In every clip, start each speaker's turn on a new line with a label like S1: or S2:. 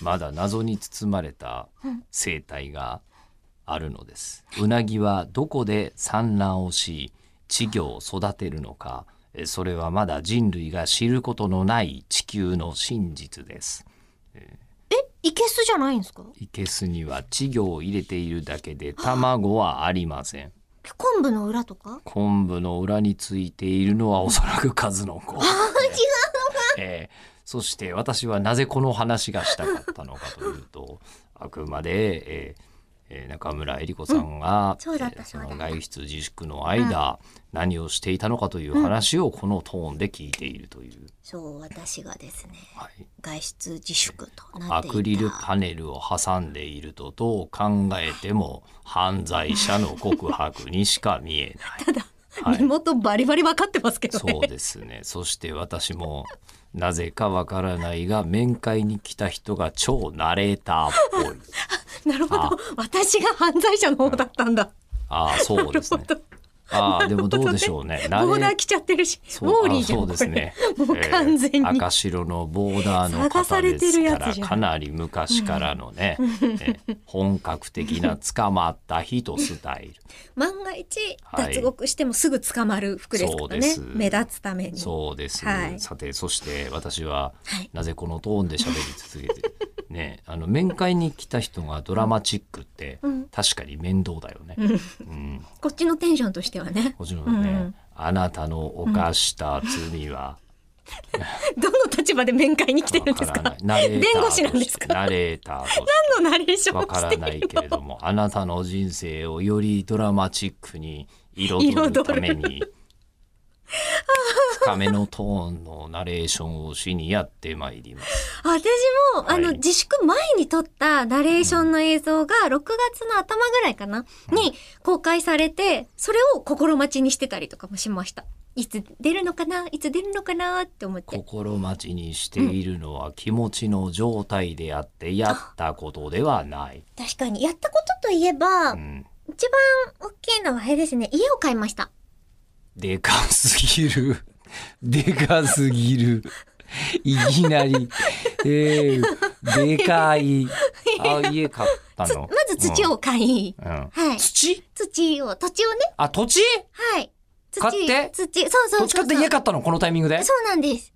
S1: まだ謎に包まれた
S2: うん
S1: 生態があるのです。うなぎはどこで産卵をし稚魚を育てるのかえそれはまだ人類が知ることのない地球の真実です。
S2: いけすじゃないんですか
S1: 生けすには稚魚を入れているだけで卵はありません。
S2: 昆布の裏とか
S1: 昆布の裏についているのはおそらく数の子。えーそして私はなぜこの話がしたかったのかというとあくまで、えーえー中村江里子さんが、
S2: んそうだった
S1: えーそ
S2: そうだ
S1: の
S2: った
S1: 外出自粛の間、何をしていたのかという話をこのトーンで聞いているという、
S2: そう私がですね
S1: はい、
S2: 外出自粛とな
S1: ア
S2: っていた
S1: クリルパネルを挟んでいるとどう考えても犯罪者の告白にしか見えない。はい
S2: 身元バリバリ分かってますけど ね
S1: そうですね。そして私も、なぜかわからないが、面会に来た人が超ナレーターっ ぽい。
S2: なるほど
S1: あ
S2: 私が犯罪者の方だったんだ、
S1: ああ、そうですね
S2: な。るほど
S1: ああ、でもどうでしょうね。ナレ
S2: ボーダー来ちゃってるしウ
S1: そう
S2: ォーリーじゃん
S1: あそうですね
S2: これ もう完全に、
S1: えー赤白のボーダーの
S2: 探
S1: 方
S2: され
S1: で
S2: て
S1: す
S2: る
S1: か
S2: やつ
S1: ら
S2: じゃん
S1: かなり昔からのね、 えー本格的な捕まった人スタイル
S2: 万が一
S1: はい
S2: 脱獄してもすぐ捕まる服ですからね、
S1: そうです
S2: 目立つために
S1: そうです、
S2: はい
S1: さてそして私は
S2: はい
S1: なぜこのトーンで喋り続けてねあの面会に来た人がドラマチックって
S2: うん
S1: 確かに面倒だよね、うん、
S2: こっちのテンションとしてはね
S1: もちろんね、
S2: うん
S1: あなたの犯した罪は、
S2: どの立場で面会に来てるんですか
S1: わらないナレーター
S2: 弁護士なんですか
S1: としてナレーターとして
S2: 何のナレーションを
S1: わ
S2: して
S1: からないけれども、あなたの人生をよりドラマチックに彩るために、深めのトーンのナレーションをしにやってまいります。
S2: 私も、
S1: はい
S2: あの、自粛前に撮ったナレーションの映像が、6月の頭ぐらいかな、に公開されて、それを心待ちにしてたりとかもしました。いつ出るのかないつ出るのかなって思って。
S1: 心待ちにしているのは気持ちの状態であって、やったことではない。
S2: 確かに。やったことといえば、
S1: うん、
S2: 一番大きいのはあれですね、家を買いました。
S1: でかすぎる。 でかすぎる。いきなり、えー、でかい。あ、家買った
S2: つ
S1: の。
S2: まず土を買い、
S1: うん。うん
S2: はい。
S1: 土
S2: 土を、土地をね、
S1: あ、土地
S2: はい。土
S1: 買って
S2: 土、そうそうそうそう。
S1: どっちかって家買ったのこのタイミングで
S2: そうなんです。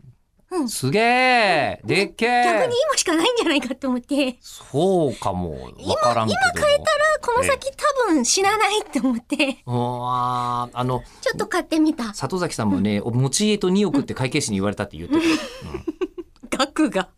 S1: すげえでっけ
S2: 逆
S1: え
S2: に今しかないんじゃないかって思って。
S1: そうかも。わからんけども。今変えたら
S2: この先多分死なないって思って、
S1: うわーあの、
S2: ちょっと買ってみた。
S1: 里崎さんもね、お持ち家と2億って会計士に言われたって言ってた。
S2: 額が。